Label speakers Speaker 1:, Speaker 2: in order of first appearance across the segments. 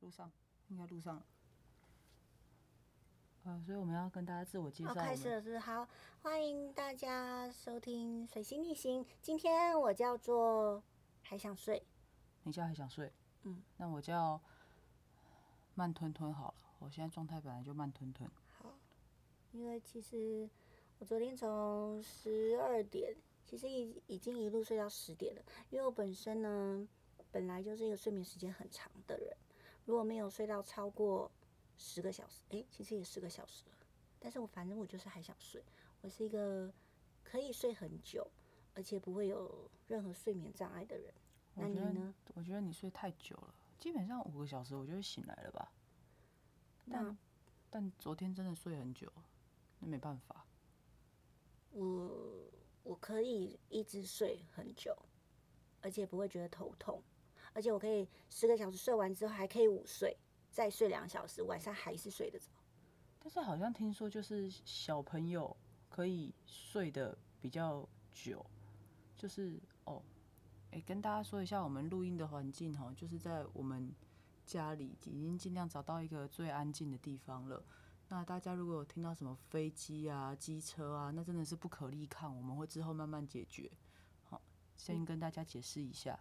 Speaker 1: 路上，应该路上了。呃，所以我们要跟大家自我介绍。
Speaker 2: 好，开始
Speaker 1: 我们
Speaker 2: 了是不是？好，欢迎大家收听《水星逆行》。今天我叫做还想睡，
Speaker 1: 你现在还想睡？
Speaker 2: 嗯，
Speaker 1: 那我叫慢吞吞好了。我现在状态本来就慢吞吞。
Speaker 2: 因为其实我昨天从十二点，其实已已经一路睡到十点了。因为我本身呢，本来就是一个睡眠时间很长的人，如果没有睡到超过十个小时，诶，其实也十个小时了。但是我反正我就是还想睡，我是一个可以睡很久，而且不会有任何睡眠障碍的人。
Speaker 1: 我
Speaker 2: 那
Speaker 1: 觉
Speaker 2: 你
Speaker 1: 得
Speaker 2: 呢？
Speaker 1: 我觉得你睡太久了，基本上五个小时我就会醒来了吧。
Speaker 2: 那
Speaker 1: 但但昨天真的睡很久，那没办法。
Speaker 2: 我我可以一直睡很久，而且不会觉得头痛，而且我可以十个小时睡完之后还可以午睡，再睡两小时，晚上还是睡得着。
Speaker 1: 但是好像听说就是小朋友可以睡得比较久，就是哦，哎、跟大家说一下我们录音的环境哦，就是在我们家里已经尽量找到一个最安静的地方了。那大家如果有听到什么飞机啊、机车啊，那真的是不可力抗，我们会之后慢慢解决。好，先跟大家解释一下。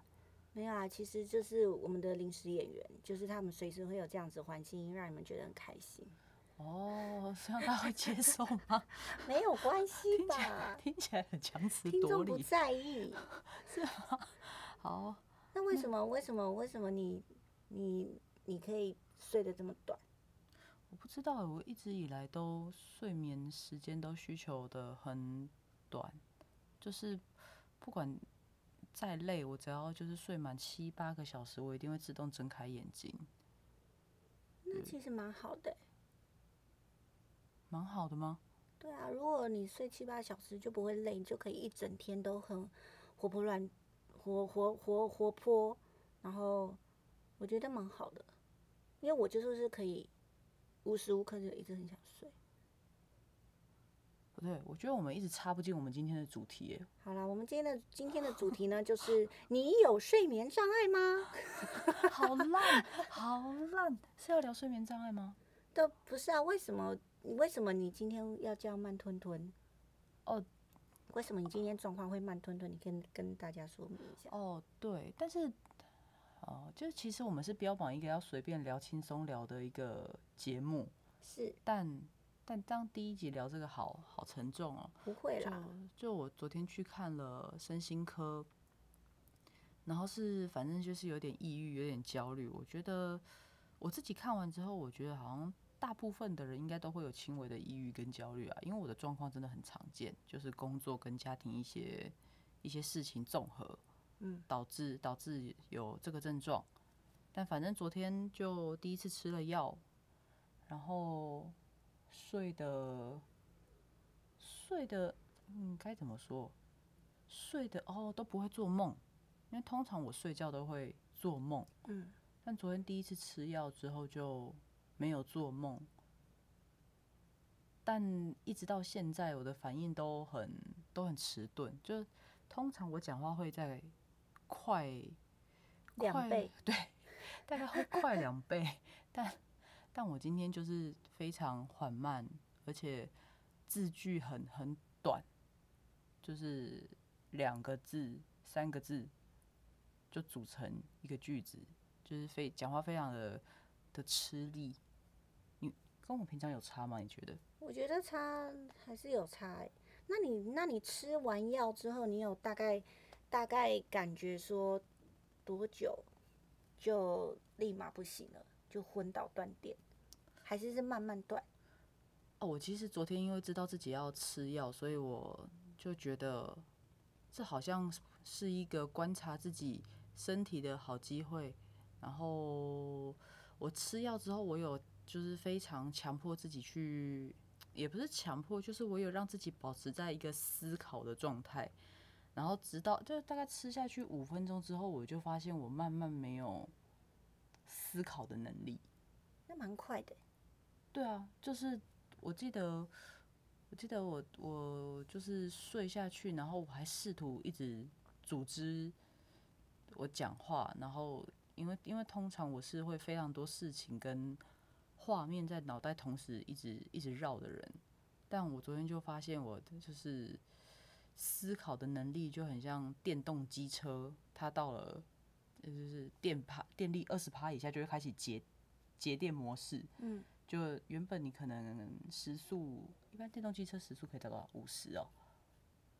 Speaker 2: 没有啊，其实就是我们的临时演员，就是他们随时会有这样子环境音，让你们觉得很开心，
Speaker 1: 哦， 这样他会接受吗？
Speaker 2: 没有关系
Speaker 1: 听起来
Speaker 2: 吧？
Speaker 1: 听起来很强词
Speaker 2: 听
Speaker 1: 夺
Speaker 2: 众不
Speaker 1: 理。
Speaker 2: 在意。
Speaker 1: 好，
Speaker 2: 那为什么？为什么？为什么你你你可以睡得这么短？
Speaker 1: 我不知道欸，我一直以来都睡眠时间都需求的很短，就是不管再累，我只要就是睡满七八个小时，我一定会自动睁开眼睛，嗯
Speaker 2: 那其实蛮好的欸、
Speaker 1: 蛮好的吗？
Speaker 2: 对啊，如果你睡七八小时就不会累，你就可以一整天都很活泼乱、活活活活泼，然后我觉得蛮好的，因为我就是可以无时无刻就一直很想睡。
Speaker 1: 不对，我觉得我们一直插不进我们今天的主题欸，
Speaker 2: 好啦，我们今天的今天的主题呢，就是你有睡眠障碍吗？
Speaker 1: 好烂，好烂，是要聊睡眠障碍吗？
Speaker 2: 都不是啊，为什么？为什么你今天要叫慢吞吞？
Speaker 1: 哦，
Speaker 2: 为什么你今天状况会慢吞吞？你跟跟大家说明一下。
Speaker 1: 哦，对，但是哦，就其实我们是标榜一个要随便聊、轻松聊的一个节目，
Speaker 2: 是
Speaker 1: 但但当第一集聊这个好好沉重哦，
Speaker 2: 不会啦，
Speaker 1: 就我昨天去看了身心科，然后是反正就是有点抑郁，有点焦虑。我觉得我自己看完之后，我觉得好像大部分的人应该都会有轻微的抑郁跟焦虑啊，因为我的状况真的很常见，就是工作跟家庭一些一些事情综合，
Speaker 2: 嗯，
Speaker 1: 导致导致有这个症状。但反正昨天就第一次吃了药，然后睡的睡的，嗯，该怎么说？睡的哦都不会做梦，因为通常我睡觉都会做梦，
Speaker 2: 嗯，
Speaker 1: 但昨天第一次吃药之后就没有做梦，但一直到现在我的反应都很都很迟钝，就是通常我讲话会在快
Speaker 2: 两
Speaker 1: 快
Speaker 2: 倍，
Speaker 1: 对，大概会快两倍，但但我今天就是非常缓慢，而且字句很很短，就是两个字、三个字就组成一个句子，就是非讲话非常的的吃力。你跟我平常有差吗？你觉得？
Speaker 2: 我觉得差还是有差、欸。那你那你吃完药之后，你有大概大概感觉说多久就立马不行了，就昏倒断电，还是是慢慢断？
Speaker 1: 哦，我其实昨天因为知道自己要吃药，所以我就觉得这好像是是一个观察自己身体的好机会。然后我吃药之后，我有就是非常强迫自己去，也不是强迫，就是我有让自己保持在一个思考的状态。然后直到就大概吃下去五分钟之后，我就发现我慢慢没有思考的能力。
Speaker 2: 那蛮快的欸、
Speaker 1: 对啊，就是我记得，我记得我我就是睡下去，然后我还试图一直组织我讲话，然后因为因为通常我是会非常多事情跟画面在脑袋同时一直一直绕的人，但我昨天就发现我就是思考的能力就很像电动机车，它到了呃就是电趴电力二十趴以下就会开启节节电模式，
Speaker 2: 嗯，
Speaker 1: 就原本你可能时速，一般电动汽车时速可以达到五十哦，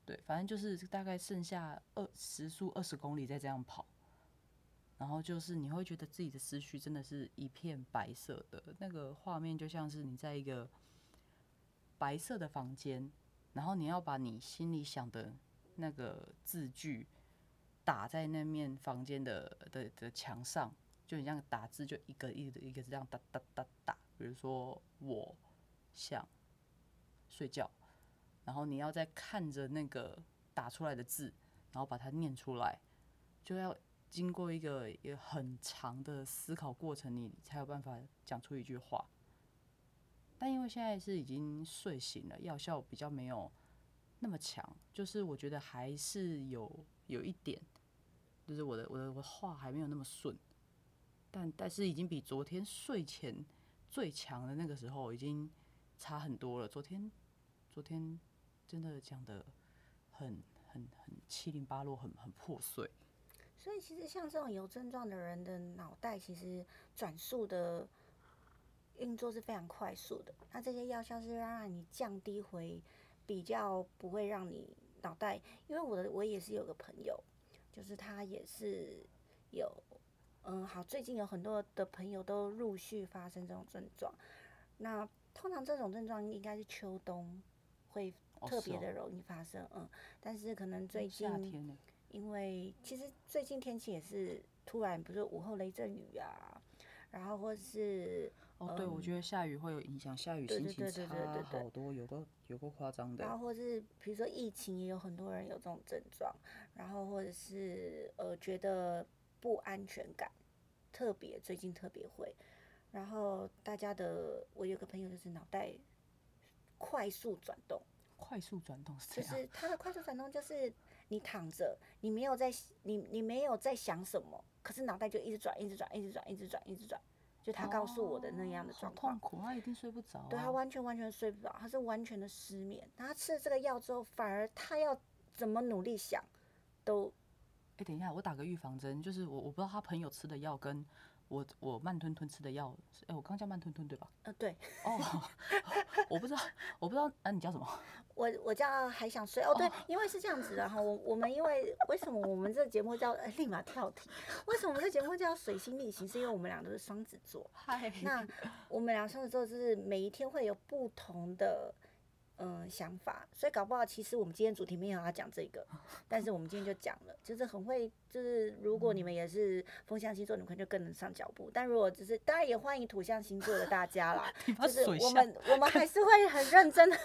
Speaker 1: 对，反正就是大概剩下二时速二十公里再这样跑，然后就是你会觉得自己的思绪真的是一片白色的，那个画面就像是你在一个白色的房间，然后你要把你心里想的那个字句打在那面房间的的的墙上，就很像打字，就一个一个一个这样打打打打。比如说我想睡觉，然后你要再看着那个打出来的字，然后把它念出来，就要经过一个也很长的思考过程，你才有办法讲出一句话。但因为现在是已经睡醒了，药效比较没有那么强，就是我觉得还是有有一点，就是我的我的我的话还没有那么顺，但但是已经比昨天睡前最强的那个时候已经差很多了。昨天昨天真的讲的很很很七零八落，很很破碎。
Speaker 2: 所以其实像这种有症状的人的脑袋，其实转速的运作是非常快速的。那这些药效是让让你降低回比较不会让你脑袋，因为我的我也是有个朋友，就是他也是有，嗯，好，最近有很多的朋友都陆续发生这种症状。那通常这种症状应该是秋冬会
Speaker 1: 哦
Speaker 2: 特
Speaker 1: 是
Speaker 2: 别
Speaker 1: 哦
Speaker 2: 的容易发生，嗯，但是可能最近
Speaker 1: 夏天呢、
Speaker 2: 因为其实最近天气也是突然，不是午后雷阵雨啊，然后或是
Speaker 1: 哦，对，我觉得下雨会有影响，下雨
Speaker 2: 嗯对
Speaker 1: 心
Speaker 2: 对
Speaker 1: 情
Speaker 2: 对对对
Speaker 1: 差
Speaker 2: 对对哦
Speaker 1: 好多，有个有个夸张
Speaker 2: 然后
Speaker 1: 的。
Speaker 2: 或是比如说疫情，也有很多人有这种症状，然后或者是呃觉得不安全感，特别最近特别会，然后大家的我有个朋友就是脑袋快速转动，
Speaker 1: 快速转动是这
Speaker 2: 就
Speaker 1: 样，
Speaker 2: 是他的快速转动就是你躺着，你没有在你你没有在想什么，可是脑袋就一直转，一直转，一直转，一直转，一直转，就他告诉我的那样的
Speaker 1: 哦好
Speaker 2: 状
Speaker 1: 痛
Speaker 2: 况。
Speaker 1: 苦，他一定睡不着、啊。
Speaker 2: 对他完全完全睡不着，他是完全的失眠。然后他吃了这个药之后，反而他要怎么努力想，都
Speaker 1: 哎、等一下，我打个预防针，就是我我不知道他朋友吃的药跟我我慢吞吞吃的药，哎、我刚叫慢吞吞对吧？
Speaker 2: 呃对
Speaker 1: 哦，我不知道，我不知道，啊，你叫什么？
Speaker 2: 我我叫还想睡哦对，因为是这样子的哈，我我们因为为什么我们这个节目叫、呃、立马跳题？为什么我们这个节目叫水星逆行？是因为我们俩都是双子座，
Speaker 1: 嗨，
Speaker 2: 那我们俩双子座就是每一天会有不同的嗯、呃想法，所以搞不好其实我们今天主题没有要讲这 个，但是我们今天就讲了，就是很会，就是如果你
Speaker 1: 嗯
Speaker 2: 们也是风象星座，你们可能就跟得上脚步；但如果只是，当然也欢迎土象星座的大家 啦，
Speaker 1: 你把
Speaker 2: 就是
Speaker 1: 水
Speaker 2: 我
Speaker 1: 象
Speaker 2: 们我们还是会 很认真的。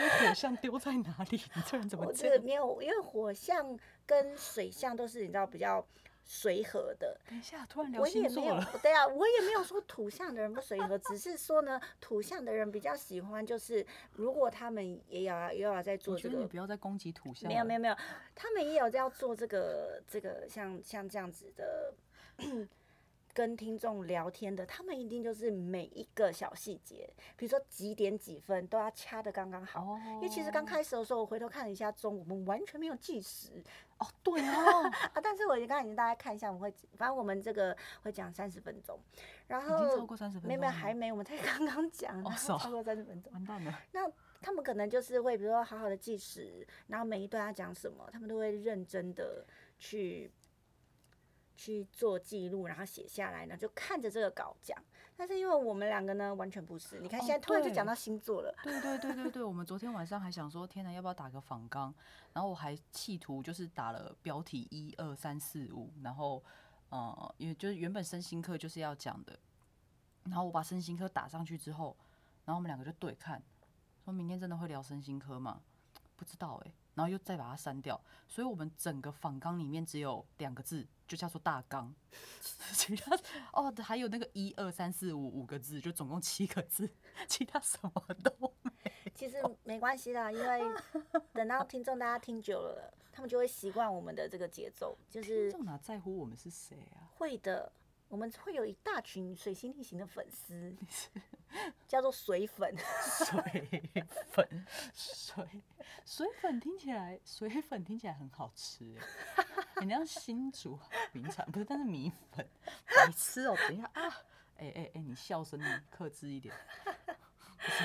Speaker 1: 丢火象丢在哪里？你这人怎么
Speaker 2: 我
Speaker 1: 这
Speaker 2: 这个
Speaker 1: 样？
Speaker 2: 没有，因为火象跟水象都是你知道比较随和的，
Speaker 1: 等一下，突然聊
Speaker 2: 我也
Speaker 1: 星
Speaker 2: 没
Speaker 1: 座
Speaker 2: 有
Speaker 1: 了。，
Speaker 2: 对啊，我也没有说土象的人不随和，只是说呢，土象的人比较喜欢，就是如果他们也要也要在
Speaker 1: 我
Speaker 2: 做
Speaker 1: 觉
Speaker 2: 这
Speaker 1: 得你
Speaker 2: 个，
Speaker 1: 不要再攻击土象了。
Speaker 2: 没有没有没有，他们也有在要做这个这个像像这样子的， 跟听众聊天的，他们一定就是每一个小细节，比如说几点几分都要掐的刚刚好。
Speaker 1: 哦，
Speaker 2: 因为其实刚开始的时候，我回头看了一下钟，我们完全没有计时，
Speaker 1: 哦，对哦，
Speaker 2: 啊，但是我刚刚已经大概看一下，我们会，反正我们这个会讲三十分钟，然
Speaker 1: 已经超
Speaker 2: 后
Speaker 1: 过三十分
Speaker 2: 没
Speaker 1: 钟了，
Speaker 2: 有没有还没，我们才 刚刚讲，
Speaker 1: 哦
Speaker 2: 然
Speaker 1: 是哦
Speaker 2: 后超过三十分钟。
Speaker 1: 完蛋了。
Speaker 2: 那他们可能就是会，比如说好好的计时，然后每一段要讲什么，他们都会认真的去去做记录，然后写下来呢，就看着这个稿讲。但是因为我们两个呢，完全不是，你看
Speaker 1: 哦
Speaker 2: 现在突然就
Speaker 1: 对
Speaker 2: 讲到星座了，
Speaker 1: 对对对对对，我们昨天晚上还想说，天哪，要不要打个仿纲？然后我还企图就是打了标题一二三四五，然后呃，也就是原本身心课就是要讲的，然后我把身心科打上去之后，然后我们两个就对看，说明天真的会聊身心科吗？不知道哎、然后又再把它删掉，所以我们整个仿纲里面只有两个字，就叫做大纲， 其他 哦还有那个一二三四五五个字，就总共七个字，其他什么都
Speaker 2: 其实没关系啦，因 为等到听众大家听久了，他们就会习惯我们的这个节奏，就
Speaker 1: 听
Speaker 2: 是
Speaker 1: 众哪在乎我们是谁啊？
Speaker 2: 会的，我们会有一大群水星逆行的粉 丝，叫做水粉。
Speaker 1: 水粉，水水粉听起来，水粉听起来很好吃哎、欸，你像新竹名产不是，但是米粉，白痴哦、等一下啊， 哎哎哎，你笑声克制一点，不是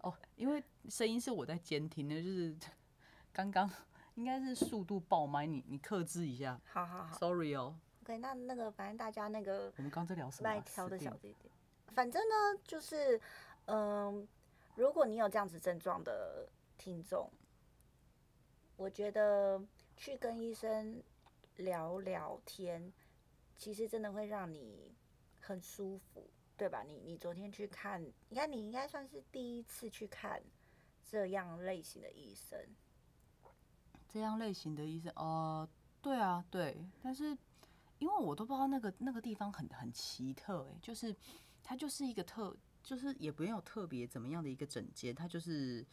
Speaker 1: 哦，因为声音是我在监听的，就是 刚刚应该是速度爆麦，你你克制一下
Speaker 2: 好好好
Speaker 1: ，sorry 哦，
Speaker 2: ，OK，那那个反正大家那个
Speaker 1: 我们刚刚在聊什么、
Speaker 2: 外
Speaker 1: 啊？
Speaker 2: 调
Speaker 1: 死
Speaker 2: 的
Speaker 1: 定
Speaker 2: 小
Speaker 1: 了
Speaker 2: 一点。反正呢，就是嗯、如果你有这样子症状的听众，我觉得去跟医生聊聊天，其实真的会让你很舒服，对吧？你你昨天去看，你看你应该算是第一次去看这样类型的医生，
Speaker 1: 这样类型的医生，哦，对啊，对，但是因为我都不知道那个那个地方很很奇特、欸，就是它就是一个特，就是也没有特别怎么样的一个整间，它就是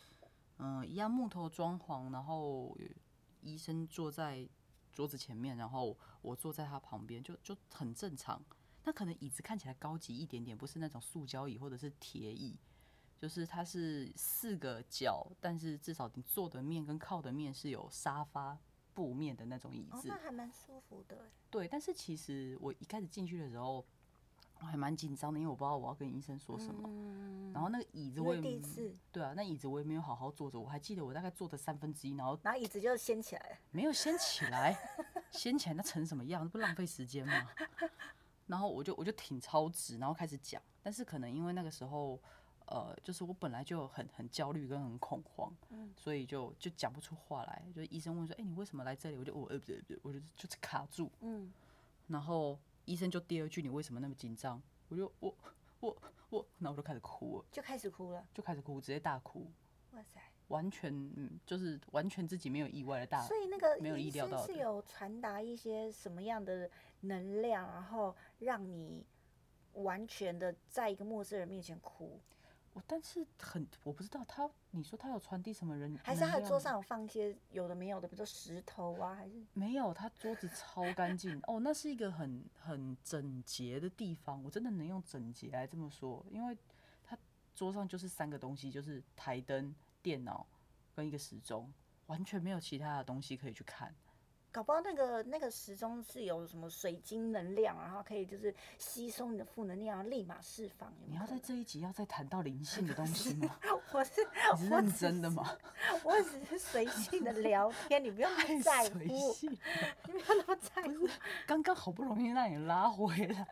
Speaker 1: 嗯、一样木头装潢，然后医生坐在桌子前面，然后我坐在他旁边，就就很正常。那可能椅子看起来高级一点点，不是那种塑胶椅或者是铁椅，就是它是四个角，但是至少你坐的面跟靠的面是有沙发布面的那种椅
Speaker 2: 哦，
Speaker 1: 子。
Speaker 2: 那还蛮舒服的欸。
Speaker 1: 对，但是其实我一开始进去的时候，我还蛮紧张的，因为我不知道我要跟医生说什么。
Speaker 2: 嗯，
Speaker 1: 然后那个椅子
Speaker 2: 因
Speaker 1: 我
Speaker 2: 为
Speaker 1: 也
Speaker 2: 第一
Speaker 1: 没
Speaker 2: 次，
Speaker 1: 对啊，那椅子我也没有好好坐着，我还记得我大概坐的三分之一，然后
Speaker 2: 然后椅子就掀起来了。
Speaker 1: 没有掀起来， 掀起来那成什么样？那不浪费时间吗？ 然后我就我就挺超直，然后开始讲，但是可能因为那个时候，呃，就是我本来就很很焦虑跟很恐慌，
Speaker 2: 嗯
Speaker 1: 所以就就讲不出话来。就医生问说：“哎、你为什么来这里？”我就我呃不对不对，我就就是卡住。
Speaker 2: 嗯，
Speaker 1: 然后医生就第二句：“你为什么那么紧张？”我就我我我，然后我就开始哭了，
Speaker 2: 就开始哭了。
Speaker 1: 就开始哭，直接大哭，
Speaker 2: 哇塞！
Speaker 1: 完全嗯，就是完全自己没有意外的大
Speaker 2: 所以那个
Speaker 1: 没有
Speaker 2: 医
Speaker 1: 意料
Speaker 2: 生
Speaker 1: 到
Speaker 2: 是
Speaker 1: 的
Speaker 2: 有传达一些什么样的能量，然后让你完全的在一个陌生人面前哭，
Speaker 1: 我但是很我不知道他，你说他有传递什么人？
Speaker 2: 还是他
Speaker 1: 能
Speaker 2: 的
Speaker 1: 量
Speaker 2: 桌上有放一些有的没有的，比如说石头啊，还是
Speaker 1: 没有？他桌子超干净哦，那是一个很很整洁的地方，我真的能用整洁来这么说，因为他桌上就是三个东西，就是台灯、电脑跟一个时钟，完全没有其他的东西可以去看。
Speaker 2: 搞不好那个那个时钟是有什么水晶能量，然后可以就是吸收你的负能量，然后立马释放。有没
Speaker 1: 你
Speaker 2: 有
Speaker 1: 要
Speaker 2: 可
Speaker 1: 在
Speaker 2: 能
Speaker 1: 这一集要再谈到灵性的东西 吗？
Speaker 2: 我是
Speaker 1: 你是
Speaker 2: 我
Speaker 1: 认
Speaker 2: 只
Speaker 1: 真的
Speaker 2: 是？
Speaker 1: 吗？
Speaker 2: 我只是随性的聊天，你不用那
Speaker 1: 太
Speaker 2: 么在乎，
Speaker 1: 随
Speaker 2: 你
Speaker 1: 性了。
Speaker 2: 不要那么在乎。
Speaker 1: 刚刚好不容易让你拉回来，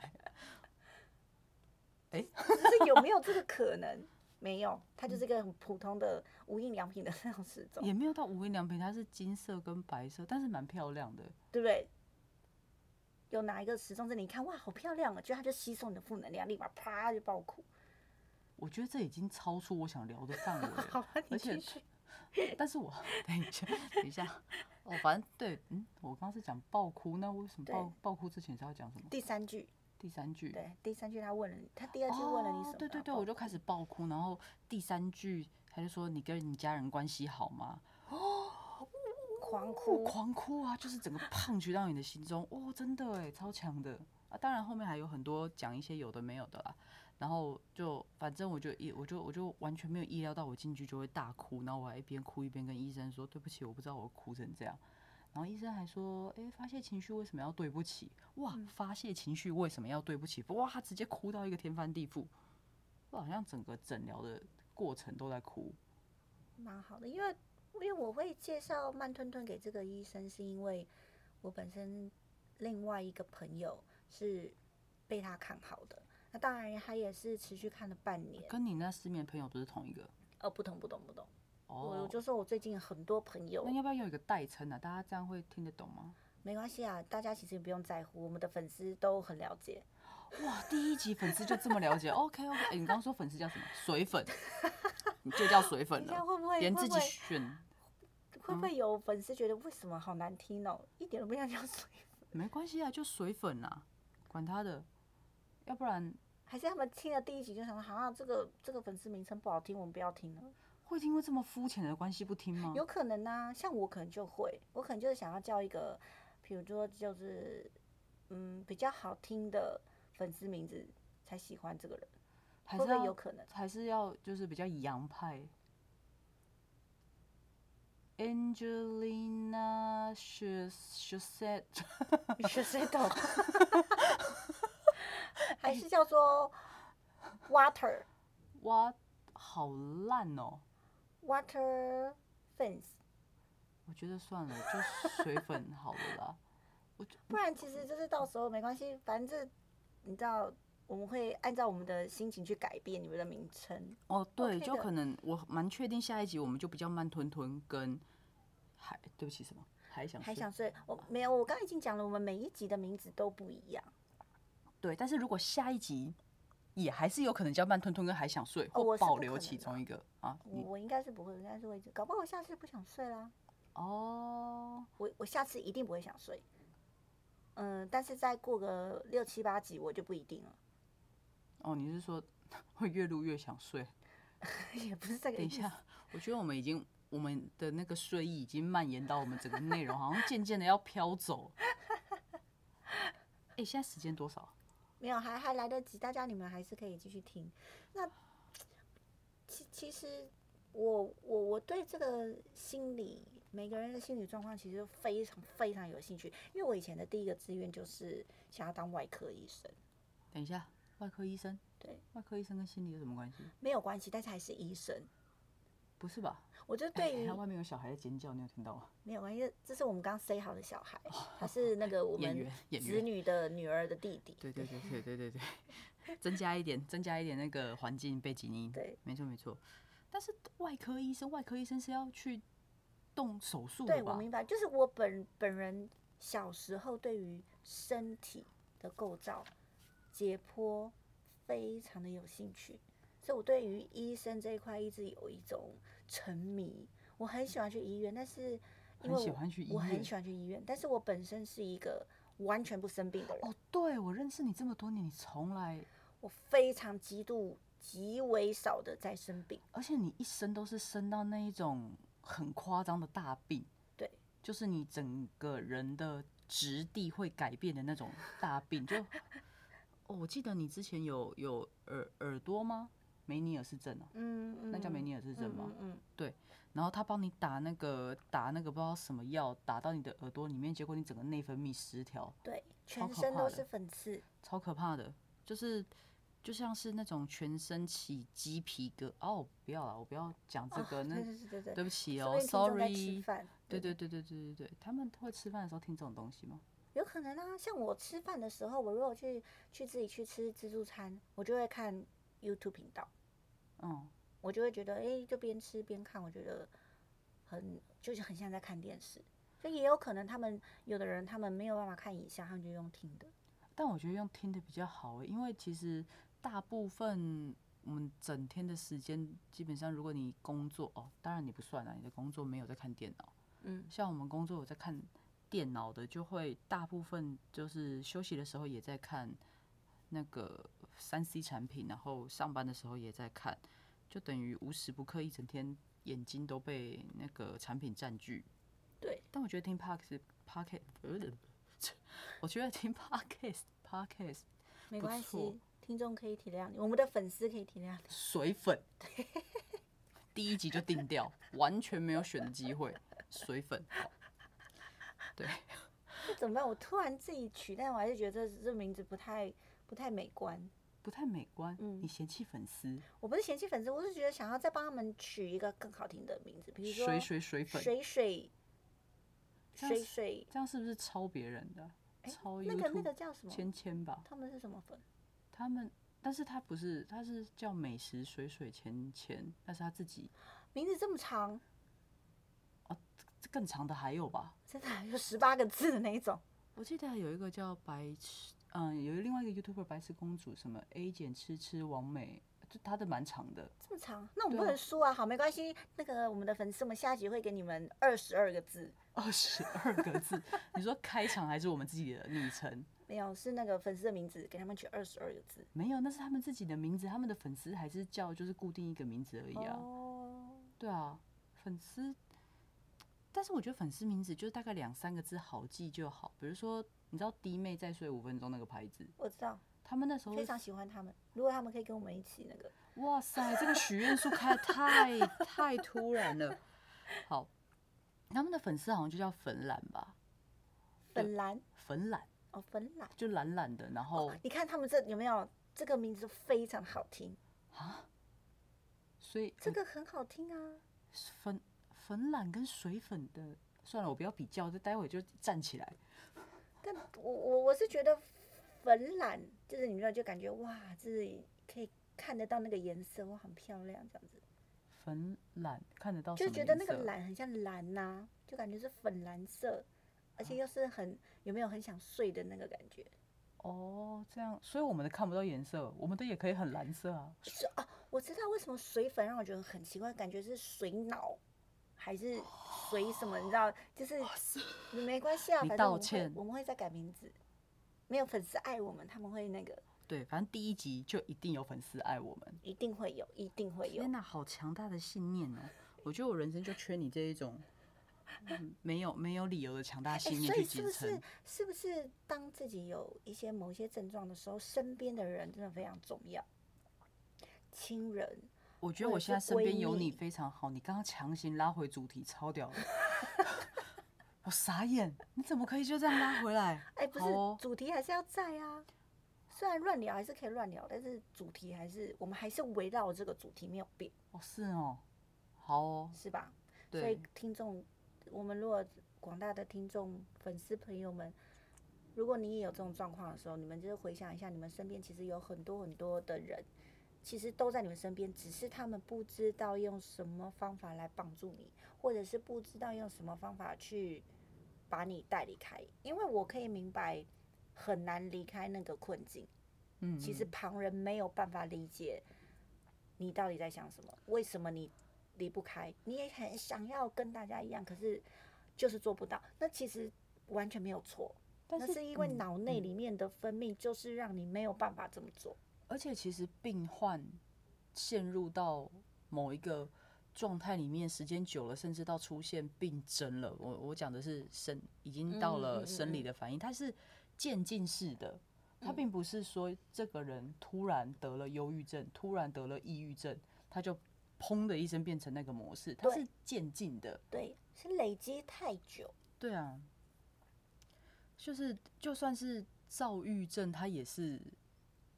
Speaker 2: 只是有没有这个可能？没有，它就是一个很普通的无印良品的那种时钟，
Speaker 1: 也没有到无印良品，它是金色跟白色，但是蛮漂亮的。
Speaker 2: 对不对？有哪一个时钟是你看哇，好漂亮啊，就它就吸收你的负能量，立马啪就爆 哭。
Speaker 1: 我觉得这已经超出我想聊的范围了。
Speaker 2: 好吧，你
Speaker 1: 而且
Speaker 2: 继续。
Speaker 1: 但是我等一下，等一下，哦，反正对，嗯，我刚是讲爆哭，那为什么
Speaker 2: 对
Speaker 1: 爆爆哭之前是要讲什么？
Speaker 2: 第三句，
Speaker 1: 第三句。
Speaker 2: 对，第三句他问了你，他第二句问了你哦什么？
Speaker 1: 哦对对对，我就开始爆哭，然后第三句他就说：“你跟你家人关系好吗？”哦
Speaker 2: 狂
Speaker 1: 不
Speaker 2: 哭。
Speaker 1: 狂哭啊，就是整个胖橘到你的心中，哦，真的哎，超强的啊！当然后面还有很多讲一些有的没有的啦，然后就反正我就一我就我就完全没有意料到我进去就会大哭，然后我还一边哭一边跟医生说对不起，我不知道我哭成这样。然后医生还说，哎、发泄情绪为什么要对不起？哇，
Speaker 2: 嗯
Speaker 1: 发泄情绪为什么要对不起？哇，直接哭到一个天翻地覆。我好像整个诊疗的过程都在哭，
Speaker 2: 蛮好的，因为因为我会介绍慢吞吞给这个医生，是因为我本身另外一个朋友是被他看好的，那当然他也是持续看了半年。
Speaker 1: 跟你那失眠朋友不是同一个
Speaker 2: 呃，不同不同不同，我
Speaker 1: 哦
Speaker 2: 我。就说我最近很多朋友
Speaker 1: 那，要不要有一个代称啊？大家这样会听得懂吗？
Speaker 2: 没关系啊，大家其实不用在乎，我们的粉丝都很了解。
Speaker 1: 哇，第一集粉丝就这么了 解，OK OK、你刚刚说粉丝叫什么？水粉，你就叫水粉
Speaker 2: 等一下
Speaker 1: 了，
Speaker 2: 会不会会
Speaker 1: 连自
Speaker 2: 不
Speaker 1: 己嗯
Speaker 2: 会
Speaker 1: 选
Speaker 2: 会不会有粉丝觉得为什么好难听哦，一点都不像香水，
Speaker 1: 没关系啊，就水粉啊，管他的，要不然
Speaker 2: 还是他们听了第一集就想说，好、啊，这个这个粉丝名称不好听，我们不要听了。
Speaker 1: 会因为这么肤浅的关系不听吗？
Speaker 2: 有可能啊，像我可能就会，我可能就是想要叫一个，比如说就是嗯比较好听的粉丝名字才喜欢这个人，
Speaker 1: 还
Speaker 2: 会
Speaker 1: 是
Speaker 2: 不会
Speaker 1: 要
Speaker 2: 有可能？
Speaker 1: 还是要就是比较洋派。Angelina s h u s e t
Speaker 2: 是谁 懂？还是叫做 water
Speaker 1: 哇，好烂哦！
Speaker 2: water fence？
Speaker 1: 我觉得算了，就水 粉好了啦。我就
Speaker 2: 不然其实就是到时候没关系，反正这你知道我们会按照我们的心情去改变你们的名称。
Speaker 1: 哦，对
Speaker 2: OK
Speaker 1: 就
Speaker 2: 的
Speaker 1: 可能我蛮确定下一集我们就比较慢吞吞跟还对不起什么还想
Speaker 2: 还
Speaker 1: 睡
Speaker 2: 想睡？我没有，我刚刚已经讲了，我们每一集的名字都不一样。
Speaker 1: 对，但是如果下一集也还是有可能叫慢吞吞跟还想睡，
Speaker 2: 哦我
Speaker 1: 或
Speaker 2: 是不
Speaker 1: 保
Speaker 2: 可
Speaker 1: 留
Speaker 2: 能
Speaker 1: 其
Speaker 2: 的
Speaker 1: 中一个啊，
Speaker 2: 我
Speaker 1: 你
Speaker 2: 我应该是不会，我应该是会一直，搞不好我下次不想睡啦。
Speaker 1: 哦，
Speaker 2: 我我下次一定不会想睡。嗯，但是再过个六七八集我就不一定了，
Speaker 1: 哦，你是说 会越录越想睡？
Speaker 2: 也不是这个
Speaker 1: 等
Speaker 2: 意
Speaker 1: 一
Speaker 2: 思。
Speaker 1: 下，我觉得我们已经我们的那个睡意已经蔓延到我们整个内容，好像渐渐的要飘走。 哎、现在时间多少？
Speaker 2: 没有，还还来得及，大家你们还是可以继续听。那其其实我我我对这个心理每个人的心理状况其实非常非常有兴趣，因为我以前的第一个志愿就是想要当外科医生，
Speaker 1: 等一下，外科医生，
Speaker 2: 对，
Speaker 1: 外科医生跟心理有什么关系？
Speaker 2: 没有关系，但是还是医生。
Speaker 1: 不是吧？
Speaker 2: 我就
Speaker 1: 哎
Speaker 2: 对于
Speaker 1: 哎外面有小孩在尖叫，你有听到吗？
Speaker 2: 没有关系，这是我们刚 say 好的小孩，他是那个我
Speaker 1: 演
Speaker 2: 们
Speaker 1: 员演
Speaker 2: 子
Speaker 1: 员
Speaker 2: 女的女儿的弟弟。
Speaker 1: 对对对对对对对， 增加一点，增加一点那个环境背景音。
Speaker 2: 对
Speaker 1: 没错没错。但是外科医生，外科医生是要去动手术
Speaker 2: 对，
Speaker 1: 的
Speaker 2: 我
Speaker 1: 吧？
Speaker 2: 明白，就是我本本人小时候对于身体的构造、解剖非常的有兴趣，所以我对于医生这一块一直有一种沉迷。我很喜欢去医院，但是因为
Speaker 1: 很喜
Speaker 2: 我
Speaker 1: 欢去医
Speaker 2: 我很
Speaker 1: 院
Speaker 2: 喜欢去医院，但是我本身是一个完全不生病的人，
Speaker 1: 哦，对我认识你这么多年，你从来，
Speaker 2: 我非常极度极为少的在生病。
Speaker 1: 而且你一生都是生到那一种很夸张的大病，
Speaker 2: 对，
Speaker 1: 就是你整个人的质地会改变的那种大病。 就哦，我记得你之前有有耳耳朵吗？梅尼尔氏症啊，
Speaker 2: 嗯，嗯
Speaker 1: 那叫梅尼尔氏症
Speaker 2: 嗯
Speaker 1: 吗？
Speaker 2: 嗯嗯，
Speaker 1: 然后他帮你打那个打那个不知道什么药，打到你的耳朵里面，结果你整个内分泌失调，
Speaker 2: 对，
Speaker 1: 超
Speaker 2: 全
Speaker 1: 可
Speaker 2: 身
Speaker 1: 怕
Speaker 2: 都
Speaker 1: 的
Speaker 2: 是粉刺。
Speaker 1: 超可怕的，就是就像是那种全身起鸡皮疙哦，不要了，我不要讲这
Speaker 2: 啊
Speaker 1: 个，那
Speaker 2: 对对对对
Speaker 1: 对不起
Speaker 2: 说
Speaker 1: 哦
Speaker 2: 不定听众在吃
Speaker 1: ，sorry。
Speaker 2: 饭，
Speaker 1: 对对对对对对对，他们会吃饭的时候听这种东西吗？
Speaker 2: 有可能啊。像我吃饭的时候，我如果去去自己去吃自助餐，我就会看 YouTube 频道，
Speaker 1: 嗯，
Speaker 2: 我就会觉得，哎、就边吃边看，我觉得很就是很像在看电视。所以也有可能他们有的人他们没有办法看影像，他们就用听的。
Speaker 1: 但我觉得用听的比较好欸，因为其实大部分我们整天的时间，基本上如果你工作哦，当然你不算啦，你的工作没有在看电脑。
Speaker 2: 嗯，
Speaker 1: 像我们工作有在看电脑的，就会大部分就是休息的时候也在看那个三 C 产品，然后上班的时候也在看，就等于无时不刻一整天眼睛都被那个产品占据。
Speaker 2: 对，
Speaker 1: 但我觉得听 podcast podcast，我觉得听 podcast podcast
Speaker 2: 没
Speaker 1: 不
Speaker 2: 关
Speaker 1: 错
Speaker 2: 系，听众可以体谅你，我们的粉丝可以体谅你。
Speaker 1: 水粉，第一集就定掉，完全没有选的机会，水粉。好对，
Speaker 2: 那怎么办？我突然自己取，但我还是觉得这这名字不太不太美观。
Speaker 1: 不太美观，
Speaker 2: 嗯
Speaker 1: 你嫌弃粉丝。
Speaker 2: 我不是嫌弃粉丝，我是觉得想要再帮他们取一个更好听的名字，比如说
Speaker 1: 水水水粉，
Speaker 2: 水水
Speaker 1: 这样
Speaker 2: 水
Speaker 1: 是
Speaker 2: 水，
Speaker 1: 这样是不是抄别人的啊？抄
Speaker 2: 那个那
Speaker 1: YouTube
Speaker 2: 个叫什么？
Speaker 1: 芊芊吧，
Speaker 2: 他们是什么粉？
Speaker 1: 他们，但是他不是，他是叫美食水水芊芊，但是他自己
Speaker 2: 名字这么长，
Speaker 1: 这更长的还有吧？
Speaker 2: 真的啊有十八个字的那一种。
Speaker 1: 我记得有一个叫白痴，嗯，有另外一个 YouTuber 白痴公主，什么 A 减吃吃王美，就她的蛮长的，
Speaker 2: 这么长，那我
Speaker 1: 对
Speaker 2: 们不
Speaker 1: 啊
Speaker 2: 能输啊！好，没关系。那个我们的粉丝，我们下集会给你们二十二个字，
Speaker 1: 二十二个字。 你说开场还是我们自己的昵称？
Speaker 2: 没有是那个粉丝的名字，给他们取二十二个字。
Speaker 1: 没有，那是他们自己的名字，他们的粉丝还是叫就是固定一个名字而已啊。
Speaker 2: 哦，
Speaker 1: 对啊，粉丝，但是我觉得粉丝名字就是大概两三个字好记就好，比如说你知道弟妹再睡五分钟那个牌子，
Speaker 2: 我知道，
Speaker 1: 他们那时候
Speaker 2: 非常喜欢他们。如果他们可以跟我们一起那个，
Speaker 1: 哇塞，这个许愿树开的太太突然了。好，他们的粉丝好像就叫粉懒吧，
Speaker 2: 粉蓝
Speaker 1: 粉懒
Speaker 2: 哦，粉蓝。
Speaker 1: 就懒懒的，然后
Speaker 2: 哦，你看他们这有没有这个名字非常好听，
Speaker 1: 啊，所以
Speaker 2: 这
Speaker 1: 呃
Speaker 2: 个很好听啊。
Speaker 1: 粉粉懒跟水粉的，算了，我不要比较，这待会就站起来。
Speaker 2: 但我我我是觉得粉蓝，就是你们就感觉哇，就是可以看得到那个颜色，哇，很漂亮这样子，
Speaker 1: 粉懒看得到哦什
Speaker 2: 就
Speaker 1: 么
Speaker 2: 是
Speaker 1: 颜色，啊
Speaker 2: 觉得那个蓝很像蓝呐、就感觉是粉蓝色，而且又是很有没有很想睡的那个感觉，
Speaker 1: 哦，这样，所以我们的看不到颜色，我们的也可以很蓝色啊。
Speaker 2: 是哦，我知道为什么水粉让我觉得很奇怪，感觉是水脑。还是水什么？你知道，就是没关系啊，
Speaker 1: 哦你
Speaker 2: 反
Speaker 1: 道
Speaker 2: 正我们会
Speaker 1: 歉
Speaker 2: 我们会再改名字。没有粉丝爱我们，他们会那个
Speaker 1: 对，反正第一集就一定有粉丝爱我们。
Speaker 2: 一定会有，一定会有
Speaker 1: 天。哪，好强大的信念哦！我觉得我人生就缺你这一种嗯没有没有理由的强大
Speaker 2: 哎，
Speaker 1: 信念
Speaker 2: 所
Speaker 1: 去
Speaker 2: 以是
Speaker 1: 支
Speaker 2: 不是
Speaker 1: 撑。
Speaker 2: 是不是当自己有一些某一些症状的时候，身边的人真的非常重要，亲人。
Speaker 1: 我觉得
Speaker 2: 或
Speaker 1: 我
Speaker 2: 者
Speaker 1: 现在
Speaker 2: 是
Speaker 1: 身
Speaker 2: 闺
Speaker 1: 边有你
Speaker 2: 蜜
Speaker 1: 非常好，你刚刚强行拉回主题，超屌的 我傻眼，你怎么可以就这样拉回来？
Speaker 2: 哎、不是、
Speaker 1: 好哦
Speaker 2: 主题还是要在啊。虽然乱聊还是可以乱聊，但是主题还是我们还是围绕这个主题没有变，
Speaker 1: 哦，是哦，好哦，
Speaker 2: 是吧？所以
Speaker 1: 对，
Speaker 2: 听众，我们如果广大的听众粉丝朋友们，如果你也有这种状况的时候，你们就是回想一下，你们身边其实有很多很多的人，其实都在你们身边，只是他们不知道用什么方法来帮助你，或者是不知道用什么方法去把你带离开。因为我可以明白，很难离开那个困境，
Speaker 1: 嗯，
Speaker 2: 其实
Speaker 1: 嗯
Speaker 2: 旁人没有办法理解你到底在想什么，为什么你离不开，你也很想要跟大家一样，可是就是做不到。那其实完全没有错，
Speaker 1: 但
Speaker 2: 那是因为
Speaker 1: 嗯
Speaker 2: 脑内
Speaker 1: 嗯
Speaker 2: 里面的分泌就是让你没有办法这么做。
Speaker 1: 而且其实病患陷入到某一个状态里面，时间久了，甚至到出现病症了。我我讲的是生已经到
Speaker 2: 嗯嗯
Speaker 1: 了
Speaker 2: 嗯
Speaker 1: 生理
Speaker 2: 嗯
Speaker 1: 的反应，它是渐进式的，它
Speaker 2: 嗯
Speaker 1: 并不是说这个人突然得了忧郁症，突然得了抑郁症，他就砰的一声变成那个模式，它
Speaker 2: 对
Speaker 1: 是渐进的。
Speaker 2: 对，是累积太久。
Speaker 1: 对啊，就是就算是躁郁症，他也是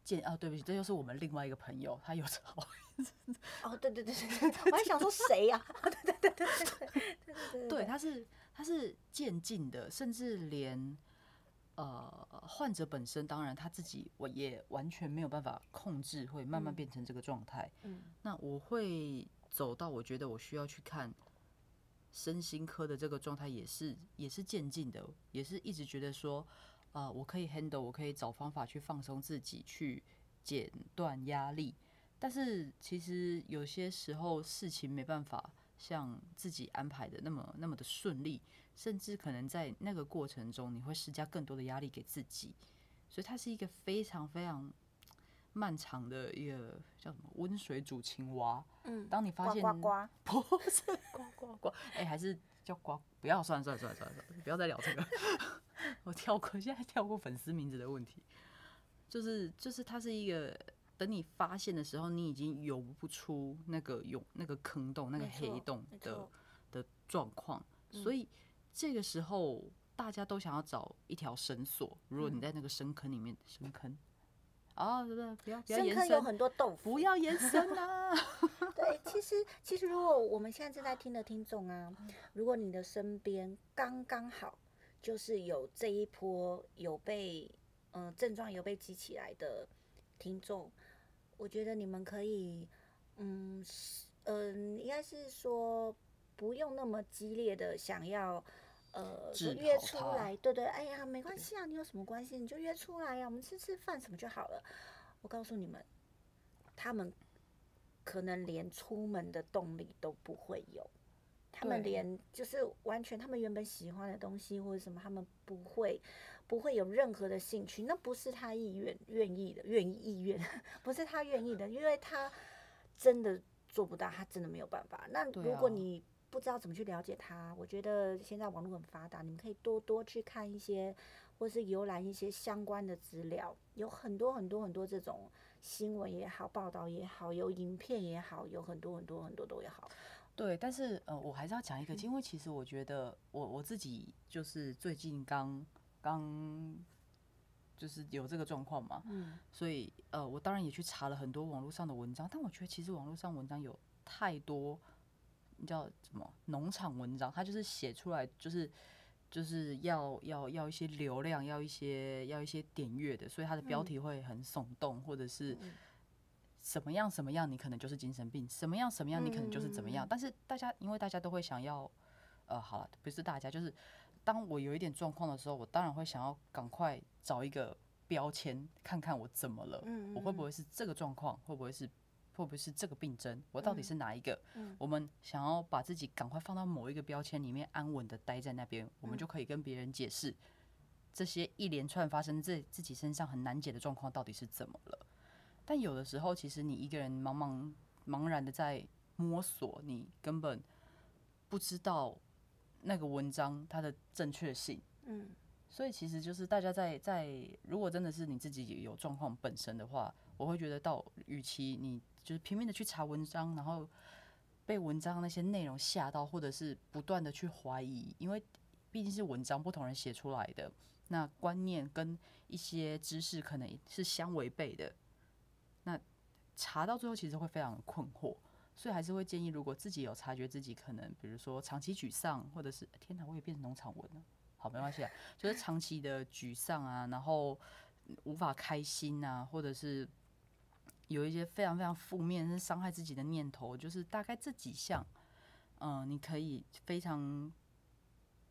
Speaker 1: 渐啊，对不起，这就是我们另外一个朋友，他有躁
Speaker 2: 哦，对对对对对，我还想说谁呀、对对对对对对对
Speaker 1: 对，
Speaker 2: 对
Speaker 1: 它是它是渐进的，甚至连呃患者本身，当然他自己我也完全没有办法控制，会慢慢
Speaker 2: 嗯
Speaker 1: 变成这个状态。
Speaker 2: 嗯
Speaker 1: 那我会走到我觉得我需要去看身心科的这个状态，也是也是渐进的，也是一直觉得说，呃，我可以 handle，我可以找方法去放松自己，去减断压力。但是其实有些时候事情没办法像自己安排的那么那么的顺利，甚至可能在那个过程中你会施加更多的压力给自己，所以它是一个非常非常漫长的一个叫什么温水煮青蛙。
Speaker 2: 嗯，
Speaker 1: 当你发
Speaker 2: 呱
Speaker 1: 现
Speaker 2: 呱呱，
Speaker 1: 不是呱呱呱，哎、还是叫呱，不要算了算了算了算了算了，不要再聊这个。 我跳过，现在跳过粉丝名字的问题，就是就是它是一个，等你发现的时候，你已经游不出那个涌那个坑洞那个
Speaker 2: 没错
Speaker 1: 黑洞
Speaker 2: 没
Speaker 1: 的
Speaker 2: 错嗯
Speaker 1: 的状况，所以这个时候大家都想要找一条绳索。如果你
Speaker 2: 嗯
Speaker 1: 在那个深坑里面，深坑。啊，不要不要不要
Speaker 2: 深
Speaker 1: 延
Speaker 2: 坑有
Speaker 1: 伸，
Speaker 2: 很多豆腐
Speaker 1: 不。要延伸啊！
Speaker 2: 对，其实其实如果我们现在正在听的听众啊，如果你的身边刚刚好就是有这一波有被嗯、呃症状有被激起来的听众，我觉得你们可以嗯是嗯、应该是说不用那么激烈的想要。呃，
Speaker 1: 治
Speaker 2: 说约
Speaker 1: 好
Speaker 2: 出
Speaker 1: 它
Speaker 2: 来，对对，哎呀，没关系啊，你有什么关系，你就约出来呀、我们吃吃饭什么就好了。我告诉你们，他们可能连出门的动力都不会有，他们
Speaker 1: 对
Speaker 2: 连就是完全他们原本喜欢的东西或者什么，他们不会不会有任何的兴趣，那不是他意愿愿意的，愿意意愿不是他愿意的，因为他真的做不到，他真的没有办法。那
Speaker 1: 对
Speaker 2: 如果
Speaker 1: 啊
Speaker 2: 你不知道怎么去了解他，我觉得现在网络很发达，你们可以多多去看一些，或是浏览一些相关的资料，有很多很多很多这种新闻也好、报道也好、有影片也好，有很多很多很多都也好。
Speaker 1: 对，但是呃，我还是要讲一个，因为其实我觉得我我自己就是最近刚刚就是有这个状况嘛，
Speaker 2: 嗯，
Speaker 1: 所以呃，我当然也去查了很多网络上的文章，但我觉得其实网络上文章有太多，你知道什么农场文章，它就是写出来就是就是要要要一些流量，要一些要一些点阅的，所以它的标
Speaker 2: 嗯
Speaker 1: 题会很耸动，或者是
Speaker 2: 嗯
Speaker 1: 什么样什么样，你可能就是精神病；什么样什么样，你可能就是怎么样。
Speaker 2: 嗯
Speaker 1: 但是大家因为大家都会想要，呃，好了，不是大家，就是当我有一点状况的时候，我当然会想要赶快找一个标签，看看我怎么了，
Speaker 2: 嗯
Speaker 1: 我会不
Speaker 2: 嗯
Speaker 1: 会是这个状况，会不会是会不会是这个病症，我到底
Speaker 2: 嗯
Speaker 1: 是哪一个？
Speaker 2: 嗯
Speaker 1: 我们想要把自己赶快放到某一个标签里面，安稳的待在那边，我们
Speaker 2: 嗯
Speaker 1: 就可以跟别人解释。这些一连串发生在自己身上很难解的状况到底是怎么了？但有的时候，其实你一个人茫茫茫然的在摸索，你根本不知道那个文章它的正确性。
Speaker 2: 嗯
Speaker 1: 所以其实就是大家在在，如果真的是你自己有状况本身的话，我会觉得到，与其你就是拼命的去查文章，然后被文章那些内容吓到，或者是不断的去怀疑，因为毕竟是文章不同人写出来的，那观念跟一些知识可能是相违背的，那查到最后其实会非常困惑。所以还是会建议，如果自己有察觉自己可能，比如说长期沮丧，或者是哎天哪，我也变成农场文了，好，没关系啊，就是长期的沮丧啊，然后嗯无法开心啊，或者是有一些非常非常负面、是伤害自己的念头，就是大概这几项，嗯、你可以非常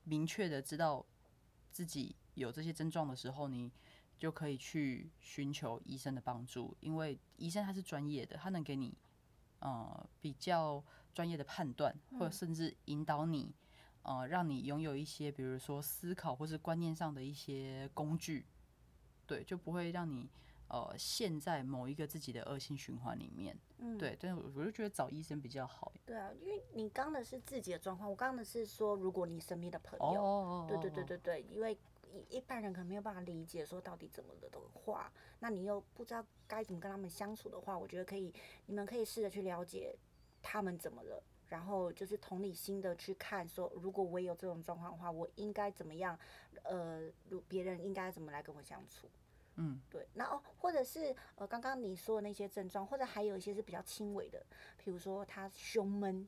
Speaker 1: 明确的知道自己有这些症状的时候，你就可以去寻求医生的帮助，因为医生他是专业的，他能给你呃比较专业的判断，或者
Speaker 2: 嗯
Speaker 1: 甚至引导你。呃，让你拥有一些，比如说思考或是观念上的一些工具，对，就不会让你呃陷在某一个自己的恶性循环里面。
Speaker 2: 嗯，
Speaker 1: 对，但是我我就觉得找医生比较好。
Speaker 2: 对啊，因为你刚的是自己的状况，我刚的是说如果你身边的朋
Speaker 1: 哦
Speaker 2: 友，
Speaker 1: 哦，
Speaker 2: 对对对
Speaker 1: 哦，
Speaker 2: 对对，因为一一般人可能没有办法理解说到底怎么了的话，那你又不知道该怎么跟他们相处的话，我觉得可以，你们可以试着去了解他们怎么了，然后就是同理心的去看说，如果我也有这种状况的话，我应该怎么样？呃，如别人应该怎么来跟我相处？
Speaker 1: 嗯，
Speaker 2: 对，那哦，或者是呃，刚刚你说的那些症状，或者还有一些是比较轻微的，比如说他胸闷、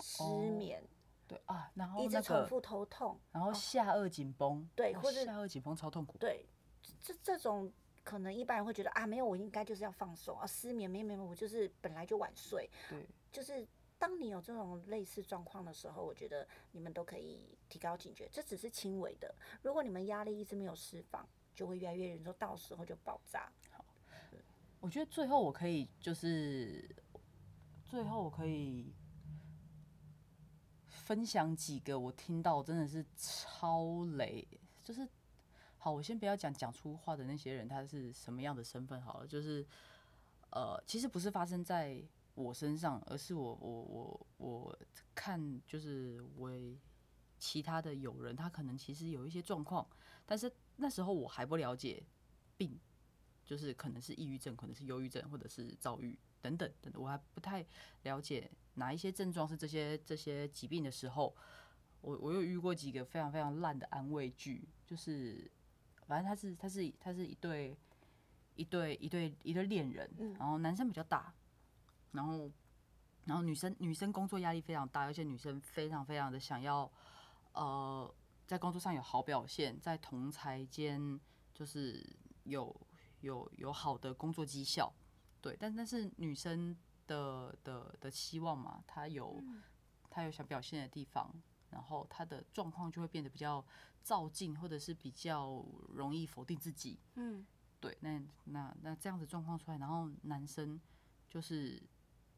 Speaker 2: 失
Speaker 1: 哦
Speaker 2: 眠，
Speaker 1: 对啊，然后
Speaker 2: 一
Speaker 1: 那
Speaker 2: 直重
Speaker 1: 个，
Speaker 2: 复头痛，
Speaker 1: 然后下颚紧绷，
Speaker 2: 对
Speaker 1: 哇
Speaker 2: 或者
Speaker 1: 下颚紧绷超痛苦。
Speaker 2: 对，这这种可能一般人会觉得啊，没有，我应该就是要放松啊，失眠，没有没有，没有我就是本来就晚睡，
Speaker 1: 对，
Speaker 2: 就是当你有这种类似状况的时候，我觉得你们都可以提高警觉，这只是轻微的，如果你们压力一直没有释放，就会越来越严重，到时候就爆炸。
Speaker 1: 我觉得最后我可以就是，最后我可以分享几个我听到真的是超雷，就是好，我先不要讲讲出话的那些人他是什么样的身份好了，就是呃，其实不是发生在我身上，而是我我我我看就是我其他的友人，他可能其实有一些状况，但是那时候我还不了解病，就是可能是抑郁症，可能是忧郁症，或者是躁郁等等等等，我还不太了解哪一些症状是这些这些疾病的时候，我我有遇过几个非常非常烂的安慰剧，就是反正他是他是他是一对一对一对一对恋人，
Speaker 2: 嗯
Speaker 1: 然后男生比较大，然后然后女生女生工作压力非常大，而且女生非常非常的想要呃在工作上有好表现，在同才间就是有有有好的工作绩效，对，但但是女生的的的希望嘛，她有、
Speaker 2: 嗯
Speaker 1: 她有想表现的地方，然后她的状况就会变得比较照进，或者是比较容易否定自己，
Speaker 2: 嗯
Speaker 1: 对，那那那这样子状况出来，然后男生就是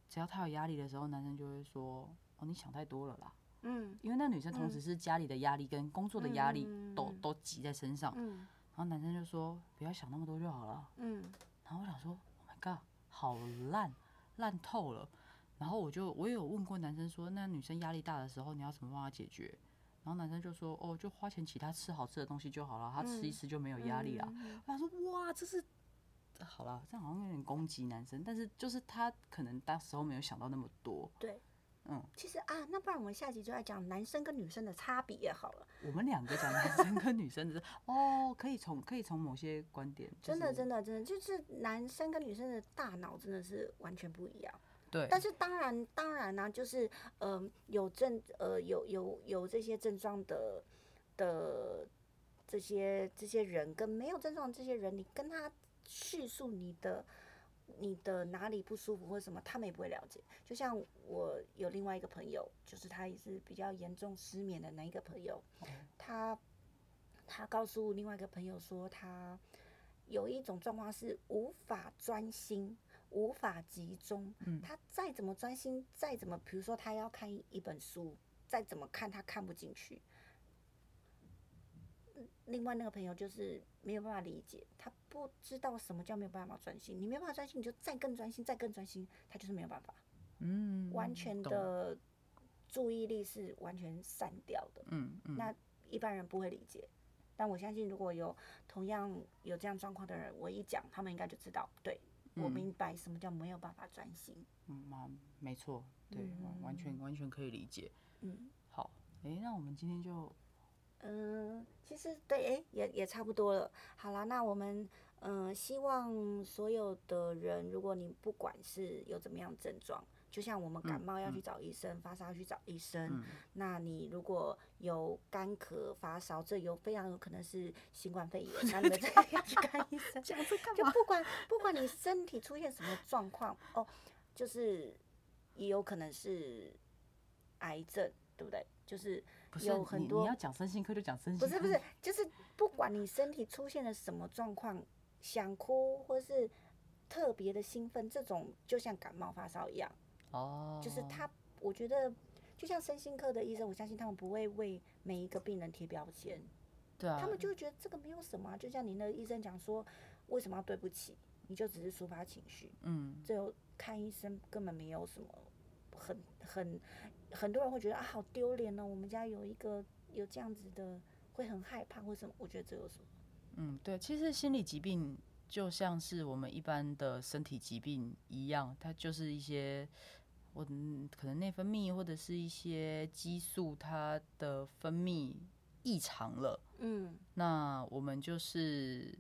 Speaker 1: 只要他有压力的时候，男生就会说：“哦，你想太多了啦。
Speaker 2: 嗯”
Speaker 1: 因为那女生同
Speaker 2: 嗯
Speaker 1: 时是家里的压力跟工作的压力
Speaker 2: 嗯嗯嗯
Speaker 1: 都、
Speaker 2: 嗯
Speaker 1: 都挤在身上，
Speaker 2: 嗯
Speaker 1: 然后男生就说：“不要想那么多就好了。
Speaker 2: 嗯”
Speaker 1: 然后我想说：“Oh my god，好烂，烂透了。”然后我就我也有问过男生说：“那女生压力大的时候，你要怎么帮她解决？”然后男生就说哦，就花钱请他吃好吃的东西就好了，他吃一
Speaker 2: 嗯
Speaker 1: 吃就没有压力啦。啊
Speaker 2: 嗯
Speaker 1: 我想说哇，这是好啦，这样好像有点攻击男生，但是就是他可能当时候没有想到那么多。
Speaker 2: 对，
Speaker 1: 嗯，
Speaker 2: 其实啊，那不然我们下集就来讲男生跟女生的差别好了。
Speaker 1: 我们两个讲男生跟女生的是 哦，可以从可以从某些观点，
Speaker 2: 真的，
Speaker 1: 的
Speaker 2: 真的，真的，就是男生跟女生的大脑真的是完全不一样。
Speaker 1: 对，
Speaker 2: 但是当然，当然呢、就是呃，有症呃，有有有这些症状的的这些这些人，跟没有症状的这些人，你跟他叙述你的你的哪里不舒服或什么，他们也不会了解。就像我有另外一个朋友，就是他也是比较严重失眠的那一个朋友，他他告诉另外一个朋友说，他有一种状况是无法专心。无法集中，
Speaker 1: 嗯
Speaker 2: 他再怎么专心，再怎么，比如说他要看一一本书，再怎么看他看不进去。嗯另外那个朋友就是没有办法理解，他不知道什么叫没有办法专心。你没有办法专心，你就再更专心，再更专心，他就是没有办法，
Speaker 1: 嗯，
Speaker 2: 完全
Speaker 1: 懂，
Speaker 2: 的注意力是完全散掉的。
Speaker 1: 嗯嗯，
Speaker 2: 那一般人不会理解。但我相信，如果有同样有这样状况的人，我一讲，他们应该就知道，对我
Speaker 1: 嗯
Speaker 2: 明白什么叫没有办法专心。
Speaker 1: 嗯，嘛，没错，对，完完全完全可以理解。
Speaker 2: 嗯
Speaker 1: 好，诶，那我们今天就
Speaker 2: 嗯，其实对，诶，也也差不多了。好啦，那我们嗯、呃希望所有的人，如果你不管是有怎么样的症状，就像我们
Speaker 1: 嗯
Speaker 2: 感冒要去找医生，发烧要去找医生，那你如果有干咳、发烧，这有非常有可能是新冠肺炎，那你们这 个要去看医生。
Speaker 1: 讲这干
Speaker 2: 就？不管不管你身体出现什么状况哦，就是也有可能是癌症，对不对？就是
Speaker 1: 不是
Speaker 2: 有很
Speaker 1: 你
Speaker 2: 多
Speaker 1: 你要讲身心科就讲身心
Speaker 2: 不
Speaker 1: 科，
Speaker 2: 是不是，就是不管你身体出现了什么状况，想哭或是特别的兴奋，这种就像感冒发烧一样，
Speaker 1: 哦，
Speaker 2: 就是他，我觉得就像身心科的医生，我相信他们不会为每一个病人贴标签，
Speaker 1: 对啊，
Speaker 2: 他们就会觉得这个没有什么啊、就像您的医生讲说，为什么要对不起？你就只是抒发情绪，
Speaker 1: 嗯，
Speaker 2: 最后看医生根本没有什么很很很多人会觉得啊好丢脸哦，我们家有一个有这样子的，会很害怕或什么，我觉得这有什么？
Speaker 1: 嗯，对，其实心理疾病就像是我们一般的身体疾病一样，它就是一些我嗯可能内分泌或者是一些激素它的分泌异常了，
Speaker 2: 嗯
Speaker 1: 那我们就是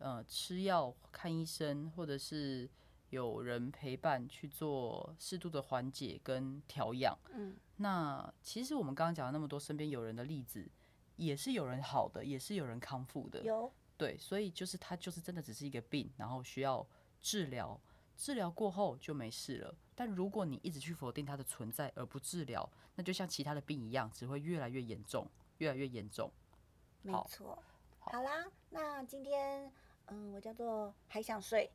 Speaker 1: 呃吃药、看医生，或者是有人陪伴去做适度的缓解跟调养。
Speaker 2: 嗯
Speaker 1: 那其实我们刚刚讲了那么多身边有人的例子，也是有人好的，也是有人康复的。
Speaker 2: 有
Speaker 1: 对，所以就是它就是真的只是一个病，然后需要治疗，治疗过后就没事了。但如果你一直去否定它的存在而不治疗，那就像其他的病一样，只会越来越严重，越来越严重。
Speaker 2: 没
Speaker 1: 好
Speaker 2: 错。好啦，那今天嗯，我叫做还想睡，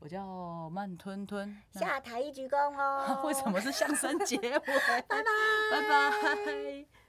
Speaker 1: 我叫慢吞吞。那
Speaker 2: 下台一鞠躬哦。
Speaker 1: 为什么是相声结尾？拜拜拜拜。